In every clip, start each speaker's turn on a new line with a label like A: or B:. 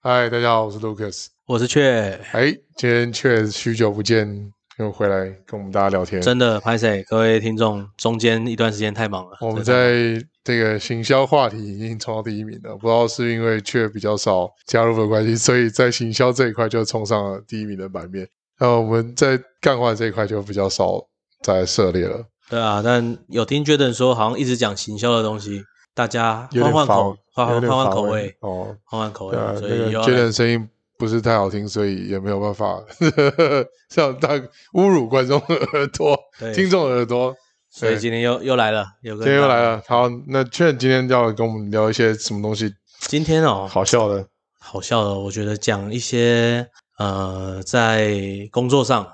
A: 嗨，大家好，我是 Lucas。
B: 我是雀，
A: 哎，今天确实许久不见，又回来跟我们大家聊天。
B: 真的拍谁？各位听众，中间一段时间太忙了。
A: 我们
B: 真的
A: 在这个行销话题已经冲到第一名了，不知道是因为却比较少加入的关系，所以在行销这一块就冲上了第一名的版面。那我们在干话这一块就比较少在涉猎了，
B: 对啊，但有听觉得说好像一直讲行销的东西，大家
A: 有
B: 换
A: 点
B: 换
A: 乏
B: 口，换
A: 有
B: 换
A: 点
B: 换换
A: 乏
B: 口
A: 味
B: 味，
A: 哦。
B: 换换口味
A: 对啊，，
B: 所
A: 那
B: 以
A: 个
B: 又要
A: j a d 声音不是太好听，所以也没有办法 像大侮辱观众的耳朵、
B: 对
A: 听众的耳朵。
B: 所以
A: 对
B: 今天又又来了，有个
A: 今天又
B: 大
A: 来了，好，那劝今天要跟我们聊一些什么东西
B: 今天哦，
A: 好笑的？
B: 好笑的，我觉得讲一些呃，在工作上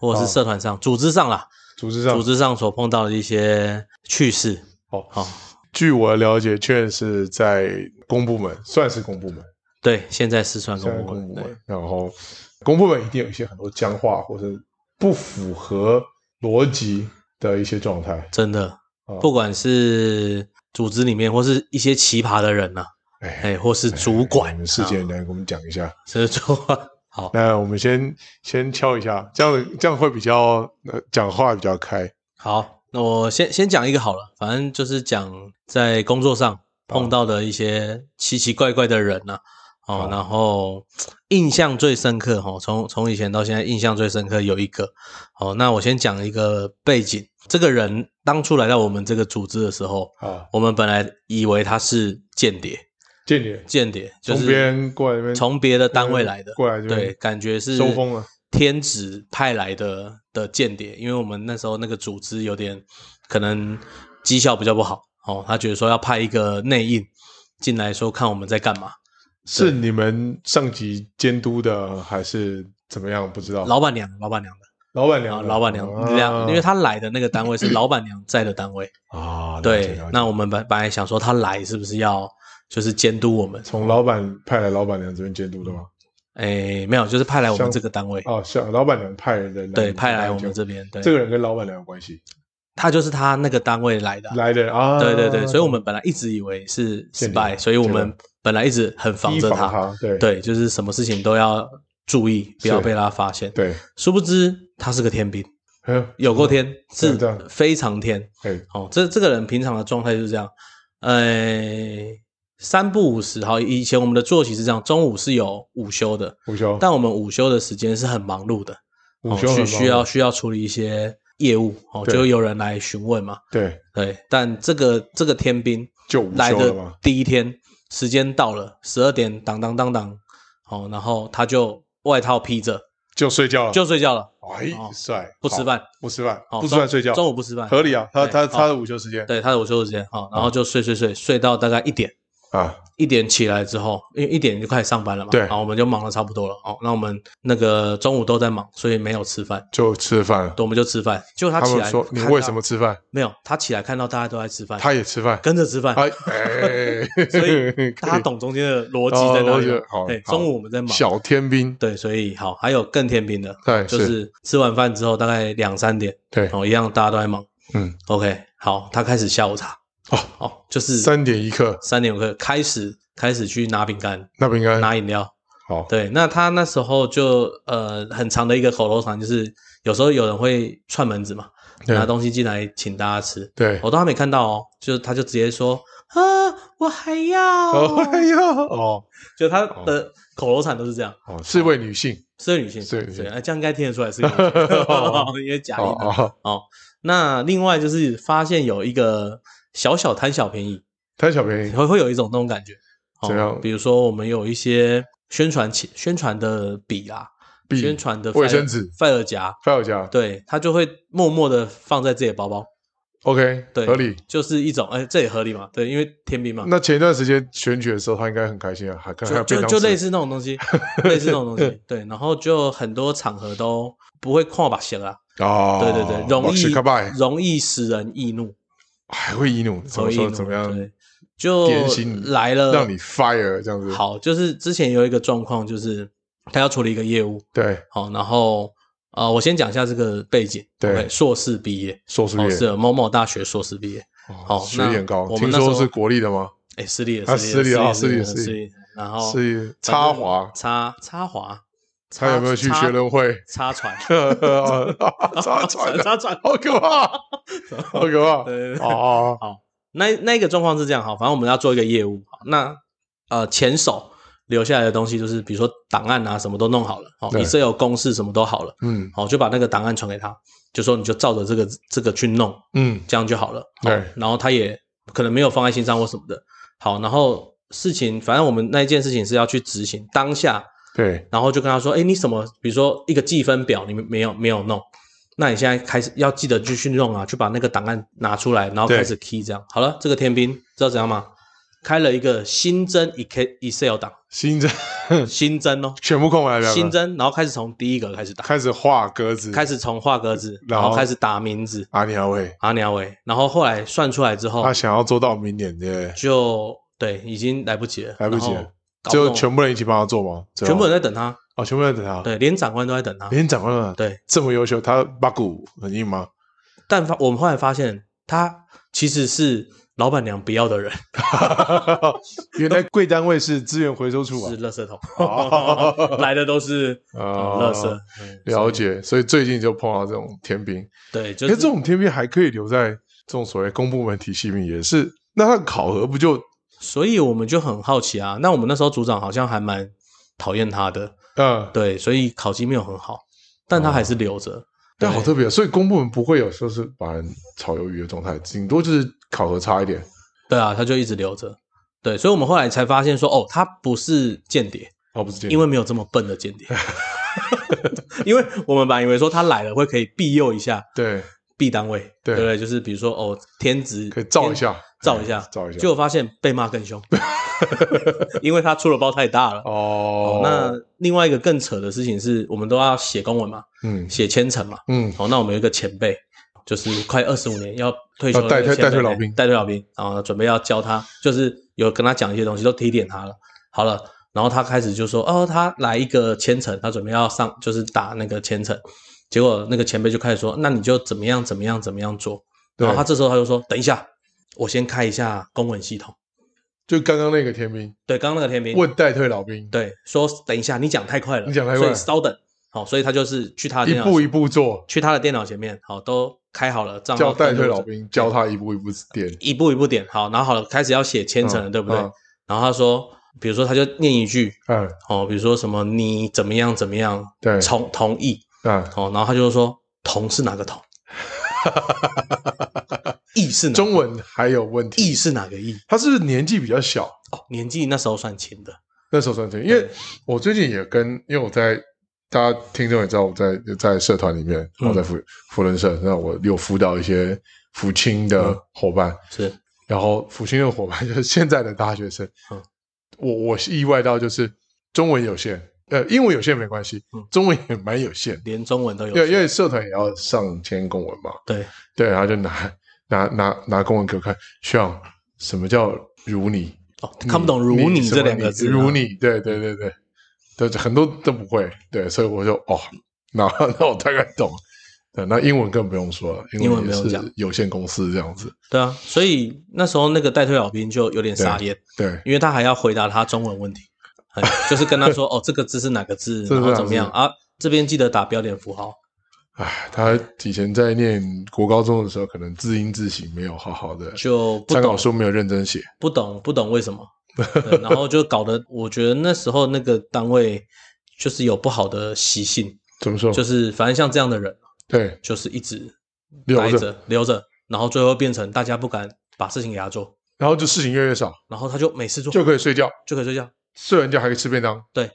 B: 或者
A: 哦
B: 是社团上、组织上啦，
A: 组织上
B: 组，织上所碰到的一些趣事。
A: 好
B: 好，
A: 据我的了解，劝是在公部门，算是公部门，
B: 对，现在四川
A: 算是
B: 公
A: 公部
B: 部门，
A: 门。然后公部门一定有一些很多僵化或者不符合逻辑的一些状态
B: 真的，
A: 啊。
B: 不管是组织里面或是一些奇葩的人呐、
A: 哎，
B: 哎，或是主
A: 哎
B: 管
A: 我们事件
B: 啊
A: 来跟我们讲一下。
B: 是主管。好，
A: 那我们先先敲一下，这样这样会比较呃讲话比较开。
B: 好，那我先先讲一个好了，反正就是讲在工作上碰到的一些奇奇怪怪的人呐、哦，
A: 好
B: 然后印象最深刻哦，从从以前到现在印象最深刻有一个哦，那我先讲一个背景，这个人当初来到我们这个组织的时候，
A: 好，
B: 我们本来以为他是间谍，
A: 啊间谍
B: 间谍就
A: 从
B: 是
A: 别人过来这边，
B: 从别的单位来的，
A: 过来这边
B: 对，感觉是
A: 收风了。
B: 天子派来的的间谍，因为我们那时候那个组织有点可能绩效比较不好哦，他觉得说要派一个内应进来说看我们在干嘛，
A: 是你们上级监督的还是怎么样？不知道。
B: 老板娘，老板娘的，
A: 哦老板
B: 啊，
A: 娘的，
B: 老板
A: 啊
B: 娘两，因为他来的那个单位 是老板娘在的单位，
A: 啊，了解
B: 对
A: 了解，
B: 那我们本本来想说他来是不是要就是监督我们，
A: 从老板派来老板娘这边监督的吗？
B: 诶，没有，就是派来我
A: 像
B: 们这个单位，
A: 哦，是啊老板娘派人来，
B: 对，派来我们这
A: 边。
B: 边，对，
A: 这个人跟老板娘有关系，
B: 他就是他那个单位来的啊，
A: 来的啊，
B: 对对对，所以我们本来一直以为是失
A: 间谍
B: 败，所以我
A: 结
B: 们本来一直很防
A: 提
B: 着
A: 防
B: 他，
A: 他，对
B: 对，就是什么事情都要注意，不要被他发现。，
A: 对，
B: 殊不知他是个天兵，
A: 嗯
B: 有够天，
A: 这
B: 是
A: 样这样
B: 非常天。
A: 哎，
B: 哦，这这个人平常的状态就是这样，呃，三不五时。好，以前我们的作息是这样，中午是有午休的，
A: 午休，
B: 但我们午休的时间是很忙碌的，
A: 嗯午
B: 哦
A: 休很啊
B: 需
A: 忙
B: 需要需要处理一些业务，哦，
A: 对
B: 就有人来询问嘛。
A: 对，
B: 对，但这个这个天兵
A: 就午
B: 来
A: 休
B: 的
A: 了嘛，
B: 第一天，时间到了，十二点，当当当当，哦，然后他就外套披着
A: 就睡觉了，
B: 就睡觉了，
A: 哎
B: 哦
A: 帅，
B: 不吃饭
A: 好，，不吃饭，
B: 哦，
A: 不吃饭
B: 中
A: 睡觉，
B: 中午不吃饭，
A: 合理啊，他
B: 对
A: 他他
B: 好
A: 的午休时间
B: 对，他的午休时间，哦，然后就睡睡睡睡到大概一点，
A: 啊，
B: 一点起来之后，因为一点就开始上班了嘛，
A: 对
B: 好，我们就忙的差不多了，哦，那我们那个中午都在忙，所以没有吃饭，
A: 就吃饭了。
B: 对我们就吃饭，结果他
A: 他
B: 起
A: 们
B: 来，
A: 说你为什么？吃饭？
B: 没有，他起来看到大家都在吃饭，
A: 他也吃饭，
B: 跟着吃饭，
A: 哎，哎
B: 所 以
A: 可
B: 大家
A: 以
B: 懂中间的逻辑在哪里
A: 哦逻
B: 了
A: 辑。好
B: 对，
A: 好
B: 中午我们在忙，
A: 小天兵，
B: 对，所以好，还有更天兵的，
A: 对
B: 就是哦是吃完饭之后大概两三点，
A: 对
B: 然，后一样大家都在忙。
A: 嗯，
B: OK，好，他开始下午茶，
A: 哦
B: 哦，就是
A: 三点一刻，
B: 三点课开始开始去拿饼干、
A: 那不应该
B: 拿饮料。
A: 好，
B: 对，那他那时候就呃很长的一个口头禅，就是有时候有人会串门子嘛，
A: 对
B: 拿东西进来请大家吃，
A: 对，
B: 我都还没看到哦，就是他就直接说啊，我还要，
A: 哦哎呀，哦
B: 就他的口头禅都是这样。
A: 哦，是位女性，
B: 是个女性，
A: 是个女性
B: 对，哎，这样应该听得出 来是个哦女性，因为假音
A: 哦
B: 啊。
A: 哦，
B: 哦，那另外就是发现有一个小小贪小便宜，
A: 贪小便宜，
B: 会会有一种那种感觉。哦、
A: 怎样
B: 比如说我们有一些宣传起宣传的笔啦，
A: 笔
B: 宣传的
A: 卫生纸、
B: 费尔夹，
A: 范小家
B: 对，他就会默默的放在自己的包包，
A: ，OK，
B: 对，
A: 合理。
B: 就是一种，哎，这也合理嘛，对，因为天兵嘛，
A: 那前一段时间选举的时候，他应该很开心啊，还看还
B: 就
A: 有便
B: 就
A: 当
B: 就类
A: 吃
B: 似那种 东西，类似那种东西，对，然后就很多场合都不会跨把啊线啦。
A: 哦，
B: 对对对，容易
A: 卡拜
B: 容易使人易怒，
A: 还会移怒，怎么
B: 容易易
A: 说
B: 怒
A: 怎么样
B: 对，就
A: 点醒你
B: 来了，
A: 让你 fire 这样子？，
B: 好。就是之前有一个状况，就是他要处理一个业务，
A: 对，
B: 好，然后呃，我先讲一下这个背景，
A: 对
B: OK，硕士毕业，
A: 硕士
B: 哦，
A: 业，
B: 是某某大学硕士毕业，
A: 哦
B: 好
A: 学
B: 那
A: 历很高，
B: 我们
A: 听
B: 那时
A: 说
B: 候
A: 是国立的吗？
B: 哎，私立
A: 啊
B: 的，
A: 私
B: 私立
A: 立啊
B: 的，
A: 私立
B: 立
A: 的
B: 的，
A: 私立
B: 私立的，然
A: 是
B: 后哦反正
A: 插华
B: 插插华，
A: 他有没有去学
B: 了
A: 人会？
B: 插船？
A: 插啊船的，
B: 插船，
A: 好可怕，好可怕！
B: 对对对
A: 哦，
B: 那那个状况是这样哈，反正我们要做一个业务，好那呃前手留下来的东西就是比如说档案啊，什么都弄好了，哦
A: 对
B: ，Excel 公式什么都好了，
A: 嗯
B: 哦，就把那个档案传给他，就说你就照着这个这个去弄，
A: 嗯，
B: 这样就好了。
A: 对
B: 哦然后他也可能没有放在心上或什么的。好，然后事情反正我们那一件事情是要去执行当下，
A: 对，
B: 然后就跟他说，哎，你什么，比如说一个计分表你们没有没有弄，那你现在开始要记得继续弄啊，去把那个档案拿出来，然后
A: 对
B: 开始 key 这样。好了，这个天兵知道怎样吗？开了一个新增 Ex- Excel 档，
A: 新增
B: 新增哦，
A: 全部空白表格，
B: 新增，然后开始从第一个开始打，
A: 开始画格子，
B: 开始从画格子，然
A: 然
B: 后
A: 后
B: 开始打名字
A: 阿尼亚伟，
B: 阿鸟伟，然后后来算出来之后，
A: 他想要做到明年对，
B: 就对，已经来不及了，
A: 来不及了
B: 然后搞不
A: 就
B: 懂
A: 全部人一起帮他做吗？最后
B: 全部人在等他，
A: 哦，全部人在等他，
B: 对，连长官都在等他。
A: 连长官啊
B: 对，
A: 这么优秀，他八股很硬吗？
B: 但发我们后来发现，他其实是老板娘不要的人，
A: 原来贵单位是资源回收处啊
B: 是，垃圾桶，
A: 哦
B: 来的都是
A: 哦
B: 垃圾。嗯
A: 了解，所以最近就碰到这种天兵，
B: 对，就
A: 可是
B: 是
A: 这种天兵还可以留在这种所谓公部门体系里面，也是那他考核不就
B: 所以我们就很好奇啊。那我们那时候组长好像还蛮讨厌他的，
A: 呃，
B: 对，所以考绩没有很好，但他还是留着。
A: 但
B: 对
A: 好特别，所以公部门不会有说是把人炒鱿鱼的状态，顶多就是考核差一点
B: 对啊，他就一直留着。对，所以我们后来才发现说，哦，他不是间谍，
A: 哦，不是这样
B: 因为没有这么笨的间 谍。 因为我们本来以为说他来了会可以庇佑一下
A: 对
B: B 单位，
A: 对
B: 对不对？就是比如说哦，天子
A: 可以照一下
B: 照一下，
A: 照一下哦
B: 结果发现被骂 更凶，因为他出了包太大了。
A: 哦，
B: 那另外一个更扯的事情是，我们都要写公文嘛，
A: 嗯
B: 写千层嘛。
A: 嗯
B: 哦，那我们有一个前辈，就是快二十五年要退休
A: 要
B: 的
A: 哦带
B: 那个
A: 带带退
B: 前辈
A: 老兵
B: 带退老兵，然后准备要教他，就是有跟他讲一些东西，都提点他了。好了，然后他开始就说，哦，他来一个千层，他准备要上，就是打那个千层。结果那个前辈就开始说，那你就怎么样怎么样怎么样做。
A: 对
B: 然后他这时候他就说，等一下，我先开一下公文系统。
A: 就刚刚那个天兵
B: 对，刚刚那个天兵
A: 问代退老兵，
B: 对说，等一下你讲太快了，
A: 你讲太
B: 所
A: 快
B: 以稍等。好、所以他就是去他的
A: 一
B: 电脑
A: 步
B: 前
A: 一步做，
B: 去他的电脑前面，好，都开好了账号
A: 叫代
B: 登
A: 退
B: 录
A: 老
B: 着
A: 兵教他一步一步点，
B: 一步一步点好，然后好了，开始要写千层了，
A: 嗯
B: 对不对？
A: 嗯
B: 然后他说，比如说他就念一句
A: 嗯，
B: 哦，比如说什么你怎么样怎么样，
A: 对
B: 同同意
A: 嗯，
B: 哦，然后他就说同是哪个同， 意是哪个
A: 中文还有问题，
B: 意是哪个意
A: 他是不是年纪比较小，
B: 哦，年纪那时候算轻的，
A: 那时候算这样，因为
B: 对
A: 我最近也跟，因为我在大家听众也知道，我在在社团里面，
B: 嗯
A: 我在辅辅仁社，那我有辅导一些辅青
B: 嗯
A: 的伙伴，
B: 是
A: 然后辅青的伙伴 就是现在的大学生，
B: 嗯
A: 我我是意外到就是中文有限，呃，英文有限没关系，
B: 嗯
A: 中文也蛮有限，
B: 连中文都有
A: 因为因
B: 写，
A: 为社团也要上千公文嘛，
B: 对，
A: 对，然后就拿拿拿拿公文给我看，像什么叫如你，
B: 哦，看不懂如
A: 你
B: 你
A: 什
B: 这
A: 么
B: 两个字，啊
A: 如你，对对对对，对很多都不会，对，所以我就哦，那 那我大概懂。对，那英文更不用说了，
B: 英文
A: 也
B: 不用
A: 是
B: 讲
A: 有限公司这样子。
B: 对啊，所以那时候那个带退老兵就有点傻眼。
A: 对，
B: 因为他还要回答他中文问题，很就是跟他 说哦，这个字是哪个字，
A: 这是
B: 然后
A: 哪个
B: 怎么样
A: 字
B: 啊？这边记得打标点符号，
A: 唉，他以前在念国高中的时候，可能字音字形没有好好的，
B: 就不
A: 参考
B: 懂
A: 书没有认真写。
B: 不懂不懂为 什么，对然后就搞得我觉得那时候那个单位就是有不好的习性，
A: 怎么说？
B: 就是反正像这样的人，
A: 对，
B: 就是一直
A: 留
B: 待
A: 着，
B: 着留着，然后最后变成大家不敢把事情给他做，
A: 然后就事情越来越少，
B: 然后他就每次做
A: 就可以睡觉，
B: 就可以睡觉，
A: 睡完觉还可以吃便当。
B: 对，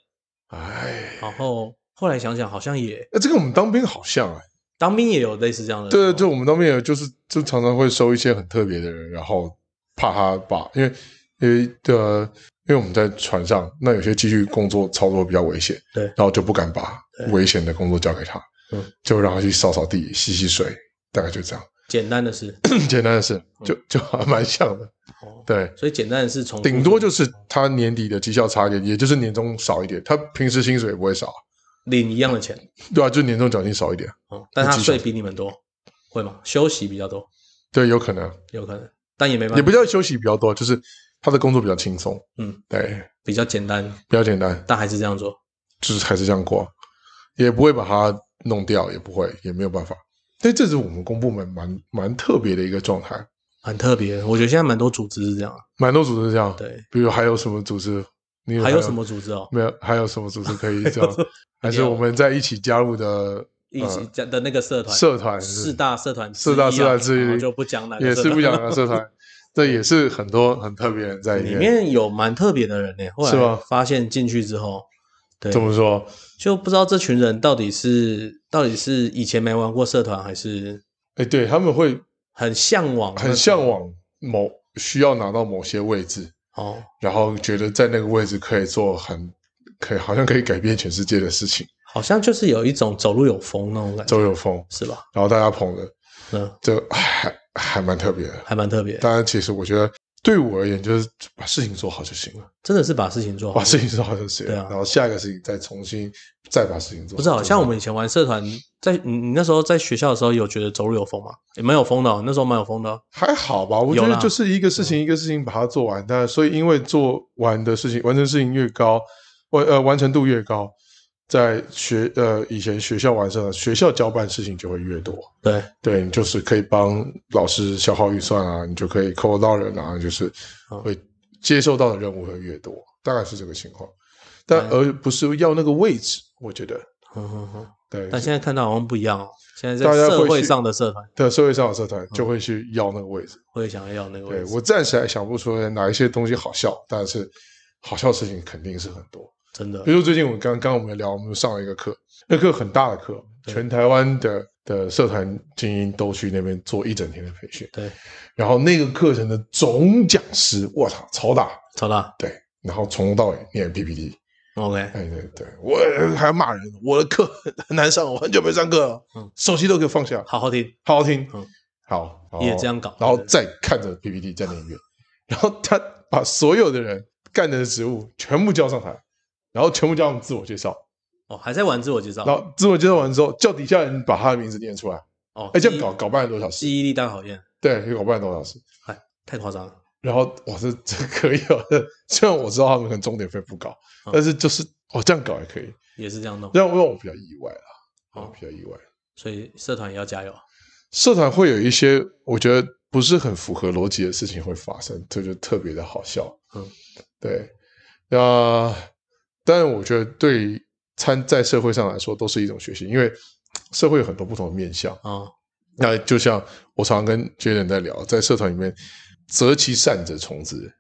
A: 唉，
B: 然后后来想想好像也
A: 那这跟我们当兵好像哎。
B: 当兵也有类似这样的，
A: 对，就我们当面也就是就常常会收一些很特别的人，然后怕他把，因为因为呃，因为我们在船上，那有些继续工作操作比较危险，
B: 对
A: 然后就不敢把
B: 对
A: 危险的工作交给他，
B: 嗯，
A: 就让他去扫扫地、洗洗水，大概就这样，
B: 简单的事，
A: 简单的事，
B: 嗯
A: 就就还蛮像的，
B: 哦
A: 对。
B: 所以简单的事从
A: 顶多就是他年底的绩效差一点，也就是年终少一点。他平时薪水也不会少，
B: 领一样的钱。
A: 对啊，就年终奖金少一点，
B: 哦，但他睡比你们多，会吗？休息比较多，
A: 对，有可能。
B: 有可能，但也没办
A: 也
B: 法
A: 不。叫休息比较多，就是他的工作比较轻松，
B: 嗯，
A: 对，
B: 比较简单，
A: 比较简单，
B: 但还是这样做。
A: 就是还是这样挂，也不会把它弄掉，也不会，也没有办法。但这是我们公部门蛮蛮特别的一个状态，
B: 很特别，我觉得现在蛮多组织是这样。
A: 蛮多组织是这样。
B: 对，
A: 比如还有什么组织？你
B: 还有什么组织哦？？
A: 没有？呃还有什么组织可以这样 还是我们在一起加入的呃
B: 一起加的那个社团，
A: 社团？
B: 四大社团之一
A: 四
B: 啊，
A: 大社团之
B: 我
A: 一，
B: 就不讲哪个
A: 也
B: 社
A: 是
B: 团
A: 不讲哪个社团。 这也是很多很特别的人在
B: 里面有蛮特别的人呢、后
A: 是吗
B: 来发现进去之后，对，
A: 怎么说？
B: 就不知道这群人到底是到底是以前没玩过社团，还是
A: 哎，对他们会
B: 很向往那种，
A: 很向往某需要拿到某些位置，
B: 哦，
A: 然后觉得在那个位置可以做很可以好像可以改变全世界的事情。
B: 好像就是有一种走路有风那种感觉，
A: 周有峰，
B: 是吧？
A: 然后大家捧着，
B: 嗯，
A: 这还还蛮特别的。
B: 还蛮特别，
A: 当然，其实我觉得对我而言，就是把事情做好就行了，
B: 真的是把事情做好，
A: 把事情做好就行了。
B: 对啊
A: 然后下一个事情再重新再把事情做好。
B: 不是好像我们以前玩社团，在你你那时候在学校的时候有觉得走路有风吗？也蛮有风的、哦，那时候蛮有风的哦、
A: 还好吧，我
B: 有
A: 觉得
B: 啦
A: 就是一个事情一个事情把它做完。但所以因为做完的事情完成事情越高，完呃完成度越高，在学呃以前学校完成了，学校交办事情就会越多。
B: 对，
A: 对你就是可以帮老师消耗预算啊，你就可以扣到人啊，就是会接受到的任务会越多，大概是这个情况。但而不是要那个位置，我觉得
B: 嗯嗯嗯。
A: 对。
B: 但现在看到好像不一样哦，现在
A: 大家
B: 在
A: 会
B: 社会
A: 去
B: 上的社团
A: 在社会上的社团就会去要那个位置。
B: 会想要要那个位
A: 对
B: 置，
A: 我暂时还想不出来哪一些东西好笑，但是好笑的事情肯定是很多。
B: 真的
A: 比，如说最近我刚刚我们聊，我们上了一个课，那课很大的课，全台湾的的社团精英都去那边做一整天的培训。
B: 对，
A: 然后那个课程的总讲师，我操，超大，
B: 超大
A: 对，然后从头到尾念 PPT，
B: ，OK，
A: 哎对对，我还要骂人，我的课很难上，我很久没上课了，
B: 嗯
A: 手机都给我放下，
B: 好好听，
A: 好好听，
B: 嗯
A: 好，然后
B: 也这样搞
A: 哦然后再看着 PPT 再念一遍，然后他把所有的人干的职务全部叫上台，然后全部叫他们自我介绍，
B: 哦，还在玩自我介绍
A: 然，后自我介绍完之后，叫底下人把他的名字念出来，
B: 哦，
A: 哎，这样
B: 记忆
A: 搞搞半个多小时，
B: 记忆力大考验，
A: 对，搞半个多小时。
B: 哎，太夸张了，
A: 然后哇，这这可以哦。 虽然我知道他们可能钟点费不高，
B: 嗯
A: 但是就是哦这样搞也可以，
B: 也是这样弄，
A: 让让我比较意外啦，
B: 哦
A: 我比较意外。
B: 所以社团也要加油，
A: 社团会有一些我觉得不是很符合逻辑的事情会发生，这就特别的好笑。
B: 嗯，
A: 对。那当然，我觉得对于参在社会上来说都是一种学习，因为社会有很多不同的面向。
B: 哦，
A: 那就像我常常跟 Jaden 在聊，在社团里面，择其善者从之，
B: 对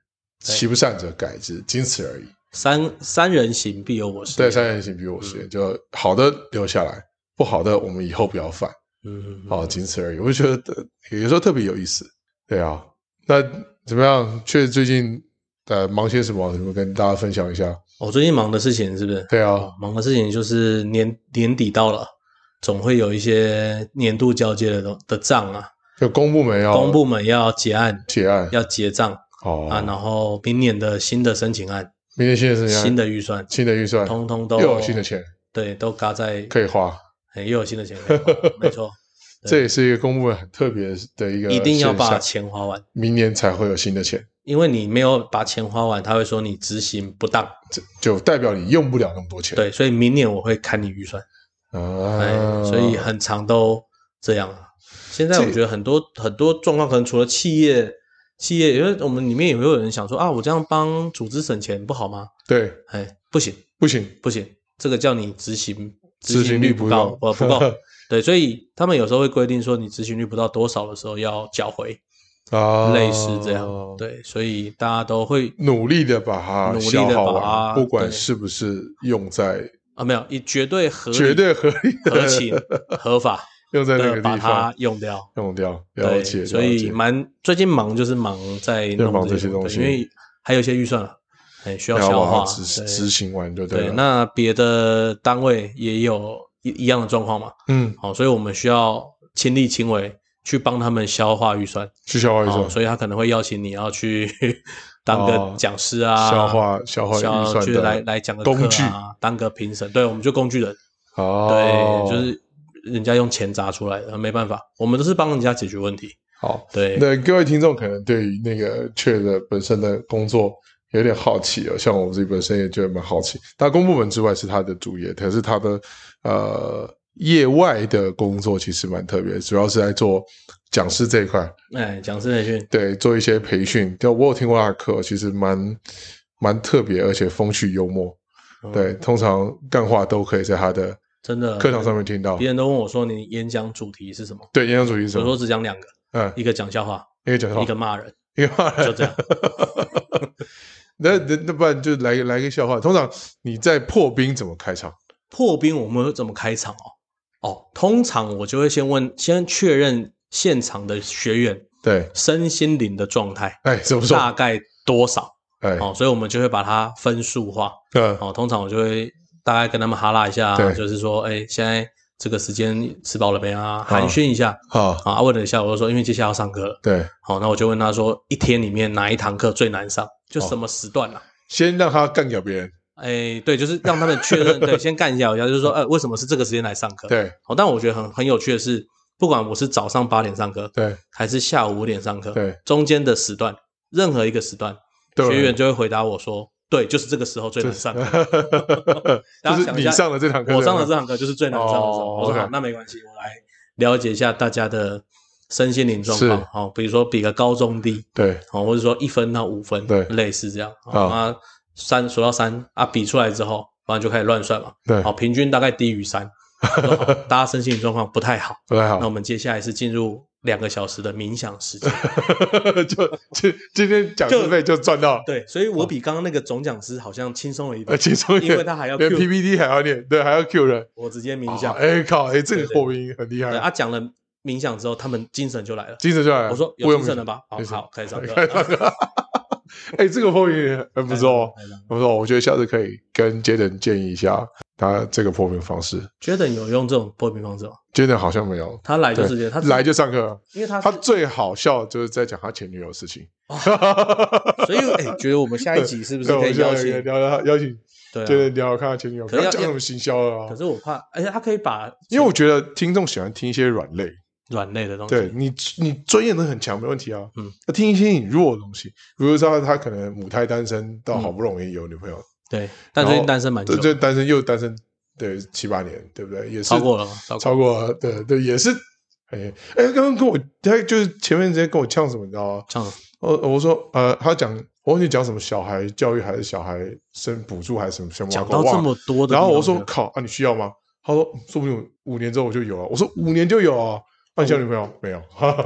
A: 其不善者改之，仅此而已。
B: 三三人行必有我师，啊
A: 对，三人行必有我师焉，
B: 嗯
A: 就好的留下来，不好的我们以后不要犯，
B: 嗯，嗯，
A: 好，
B: 嗯
A: 仅此而已。我就觉得呃有时候特别有意思，对啊。那怎么样？确实最近呃忙些什么？有没有跟大家分享一下？
B: 哦我最近忙的事情是不是？
A: 对啊
B: 哦，，忙的事情就是年年底到了，总会有一些年度交接的东的账啊，
A: 就公部门要
B: 公部门要结案，
A: 结案，
B: 要结账
A: 好
B: 啊，然后明年的新的申请案、
A: 明天新的事情，
B: 新的预算，
A: 新的预算，
B: 通通都
A: 啊又有新的钱
B: 对，都嘎在，
A: 可以花，
B: 哎又有新的 钱可以花，没错，对
A: 这也是一个公部门很特别的一个现象，
B: 一定要把钱花完，
A: 明年才会有新的钱，
B: 因为你没有把钱花完，他会说你执行不当，
A: 这就代表你用不了那么多钱。
B: 对，所以明年我会砍你预算，
A: 啊
B: 哎，，所以很长都这样啊。现在
A: 哦这
B: 我觉得很多很多状况，可能除了企业，企业因为我们里面也会有人想说啊，我这样帮组织省钱不好吗？
A: 对
B: 哎，不行
A: 不行，
B: 不行，这个叫你执行
A: 执行率
B: 率
A: 不
B: 高
A: 到，，
B: 呃不够， 对，所以他们有时候会规定说，你执行率不到多少的时候要缴回，
A: 啊，
B: 类似这样，，对，所以大家都会
A: 努力的把它
B: 努力
A: 消
B: 地
A: 耗
B: 把它
A: 完，不管
B: 对
A: 是不是用在
B: 啊没有，以绝对合理
A: 绝对合理的、
B: 合情合法
A: 用在那
B: 的
A: 个
B: 把
A: 地
B: 它
A: 方
B: 用掉。
A: 用掉，了
B: 对，
A: 解，
B: 所
A: 了
B: 以
A: 解
B: 蛮最近忙就是忙在弄
A: 忙这
B: 这
A: 些东西
B: 对因为还有一些预算了，哎，需要
A: 然后
B: 消化
A: 把它。执
B: 对
A: 执行完就
B: 对，
A: 了。
B: 那别的单位也有一一样的状况嘛，
A: 嗯，
B: 好、所以我们需要亲力亲为去帮他们消化预算，
A: 去消化预
B: 哦，
A: 算，
B: 所以他可能会邀请你要去 当
A: 哦
B: 个讲师啊，
A: 消化消化
B: 消
A: 预算
B: 去
A: 的
B: 来来讲个
A: 工
B: 课
A: 具
B: 啊，当个评审，对，我们就工具人，
A: 哦，
B: 对，就是人家用钱砸出来的，没办法，我们都是帮人家解决问题。
A: 好，
B: 对，
A: 那各位听众可能对于那个 Chat 的本身的工作有点好奇哦，像我自己本身也觉得蛮好奇。那公部门之外是他的主业，可是他的呃业外的工作其实蛮特别，主要是在做讲师这一块，
B: 哎，讲师培训，
A: 对，做一些培训。就我有听过他的课，其实蛮蛮特别，而且风趣幽默。
B: 嗯
A: 对，，通常干话都可以在他的
B: 真的
A: 课堂上面听到
B: 别。人都问我说你演讲主题是什么，
A: 对，演讲主题是什
B: 我
A: 么
B: 嗯说？只讲两个，
A: 嗯，
B: 一个讲笑话，
A: 一个讲
B: 一
A: 笑
B: 个
A: 话，
B: 骂人，
A: 一个骂人
B: 就这样。
A: 那那那不然就来个来个笑话。通常你在破冰怎么开场？
B: 破冰我们会怎么开场哦？哦，通常我就会先问，先确认现场的学员
A: 对，
B: 身心灵的状态
A: 哎，怎么说？
B: 大概多少
A: 哎，
B: 哦，所以我们就会把它分数化
A: 嗯，
B: 哦。通常我就会大概跟他们哈拉一下
A: 对，
B: 就是说，哎，现在这个时间吃饱了没啊？寒暄一下
A: 好，
B: 啊，问了一下，我就说，因为接下来要上课了，
A: 对，
B: 好、那我就问他说，一天里面哪一堂课最难上？就
A: 哦
B: 什么时段啊？
A: 先让他干掉别人。
B: 哎，对，就是让他们确 认，对，先干一下，一下就是说，呃，为什么是这个时间来上课？
A: 对，
B: 好，但我觉得很很有趣的是，不管我是早上八点上课，
A: 对，
B: 还是下午五点上课，
A: 对，
B: 中间的时段，任何一个时段，
A: 对
B: 学员就会回答我说，对，就是这个时候最难 上课。大
A: 就
B: 家
A: 是
B: 想一
A: 你
B: 下
A: 上了这堂课，
B: 我上了这堂课就是最难上的时候。
A: 哦
B: 我说
A: OK
B: 好，那没关系，我来了解一下大家的身心灵状况
A: 是。
B: 好、比如说比个高中低，
A: 对，
B: 好、哦或者说一分到五分，
A: 对啊
B: 类似这样。好、
A: 好
B: 那三数到三啊，比出来之后，然后就开始乱算嘛。
A: 对
B: 好，，平均大概低于三， 我说好大家身心灵状况不太好。
A: 不太好
B: 那我。们接下来是进入两个小时的冥想 时间。
A: 就就今天讲师费就赚到了，
B: 对，所以我比刚刚那个总讲师好像轻松了一
A: 啊呃，
B: 点，
A: 轻松一
B: 因为
A: 点，
B: 他还要 Q，
A: 连 PPT 还要念，对，还要 Q 人。
B: 我直接冥
A: 哦
B: 想。
A: 哎靠，哎，这
B: 对
A: 个
B: 对
A: 破冰很厉
B: 对
A: 害，
B: 啊，讲了冥想之后，他们精神就来了。
A: 精神就来了。
B: 我说
A: 啊不
B: 有
A: 用
B: 精神了吧？好哦
A: 没事
B: 好，开始上 课。
A: 开上课。哎，这个破冰很不错哦，
B: 开上课。
A: 不错，我觉得下次可以跟 Jaden 建议一下他这个破冰方式。
B: 觉得有用这种破冰方式吗？
A: Jaden 好像没有，
B: 他来就
A: 对
B: 直接，他
A: 来，就上课。
B: 因为他
A: 他
B: 是，
A: 最好笑就是在讲他前女友的事情。
B: 所以哎，觉得我们下一集是不是
A: 对
B: 可
A: 我
B: 以
A: 现在
B: 邀
A: 可以
B: 请？
A: 聊聊邀请
B: 对
A: Jaden
B: 啊，
A: 聊看他前女友，不
B: 可是
A: 要
B: 要
A: 讲什么行销了
B: 可
A: 啊。
B: 是我怕，而且他可以把
A: 因为我觉得听众喜欢听一些软肋，
B: 软肋的东西，
A: 对你，你专业能力很强没问题啊。
B: 哦嗯，
A: 那听一些你弱的东西，比如说他可能母胎单身，到
B: 嗯
A: 好不容易有女朋友，
B: 对，但
A: 然
B: 最近
A: 后
B: 单身蛮久
A: 这
B: 的，
A: 这单身又单身，对七八年，对不对？也是
B: 超过了吗，超过
A: 超过了，对对，也是。哎哎，刚刚跟我他就是前面直接跟我呛什么，你知道吗？
B: 这样
A: 我我说呃，他讲我忘记讲什么小孩教育还是小孩生补助还是什么什么，
B: 讲
A: 我
B: 到
A: 忘
B: 这
A: 了
B: 么多的地方，
A: 然后我说
B: 觉得
A: 靠啊，你需要吗？他说说不定五年之后我就有了。我说五年就有啊？那你交女朋友、没有？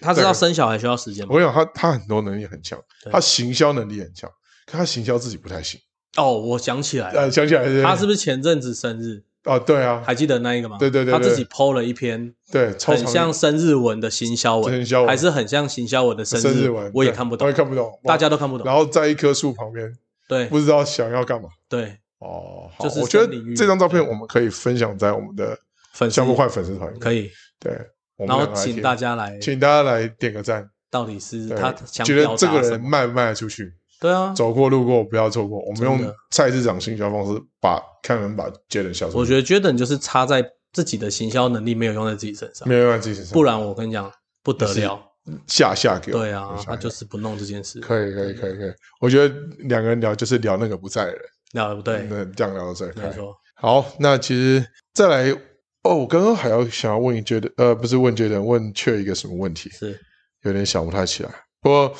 B: 他知道生小孩需要时间吗
A: 我？想他他很多能力很强，
B: 对
A: 他行销能力很强，可他行销自己不太行。
B: 哦，我想起来了，
A: 呃，想起来对
B: 他是不是前阵子生日？
A: 啊，对啊，
B: 还记得那一个吗？
A: 对对对
B: 他
A: 对
B: 自己 PO 了一篇
A: 对，超
B: 很
A: 长
B: 像生日文的行销文，
A: 行销文
B: 还是很像行销文的生
A: 生日文
B: 文，，我也
A: 对
B: 看不
A: 我
B: 懂
A: 也，看不懂，
B: 大家都看不
A: 然
B: 懂。
A: 后在一棵树旁边，
B: 对
A: 不知道想要干嘛。
B: 对，
A: 哦，好，
B: 就是
A: 我觉得
B: 森林浴
A: 这张照片我们可以分享在我们的
B: 粉丝
A: 项目快粉丝团，
B: 可以，
A: 对，我们
B: 然后
A: 两个来
B: 请
A: 贴
B: 大家来，
A: 请大家来点个赞，
B: 到底是
A: 对
B: 他想
A: 觉
B: 表
A: 得这
B: 达
A: 个
B: 什
A: 人
B: 么？
A: 卖不卖得出去，
B: 对啊，
A: 走过路过不要错过。我们
B: 真
A: 用
B: 的
A: 菜市场行销方式把看能把杰伦销售，
B: 我觉得 Jordan 就是差在自己的行销能力没有用在自己身上
A: 没，有让自己身上
B: 不然我跟你讲不得了。
A: 下下给我。
B: 对啊
A: 我，想
B: 他就是不弄这件事，
A: 可以可以可以可以，我觉得两个人聊就是聊那个不在的人，
B: 了不对，
A: 那这样聊到这里可以
B: 没错，
A: 好，那其实再来哦，我刚刚还要想要问杰伦，呃，不是问杰伦，问确一个什么问题？
B: 是
A: 有点想不太起来。不过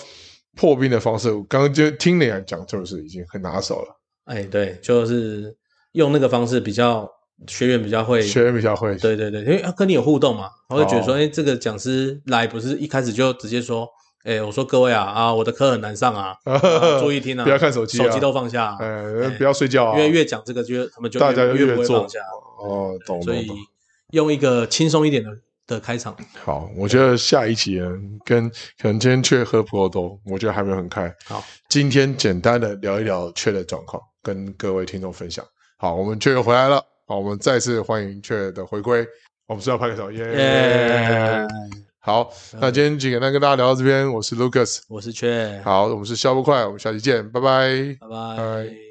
A: 破冰的方式，我刚刚就听你讲，就是已经很拿手了，
B: 哎，对，就是用那个方式比较学员比较会
A: 学员比较会。
B: 对对对，因为他跟你有互动嘛，他会觉得说，
A: 哦
B: 哎、这个讲师来不是一开始就直接说，哎，我说各位啊啊，我的课很难 上啊，啊注意听啊，
A: 不要看手机啊
B: 手机都放下啊、
A: 呃
B: 哎，
A: 不要睡觉啊，
B: 因为越讲这个就他们就
A: 大家就
B: 越不会
A: 做
B: 放下，啊
A: 哦，懂
B: 所
A: 懂
B: 以
A: 懂。
B: 用一个轻松一点的的开场，
A: 好，我觉得下一集呢跟可能今天却喝不够多，我觉得还没有很开。
B: 好，
A: 今天简单的聊一聊雀的状况，跟各位听众分享。好，我们雀又回来了，好，我们再次欢迎雀的回归。我们是要拍个手，耶！
B: 耶，
A: 好，那今天就简单跟大家聊到这边，我是 Lucas。
B: 我是雀，
A: 好，我们是消不快，我们下期见，拜拜。
B: 拜拜
A: 拜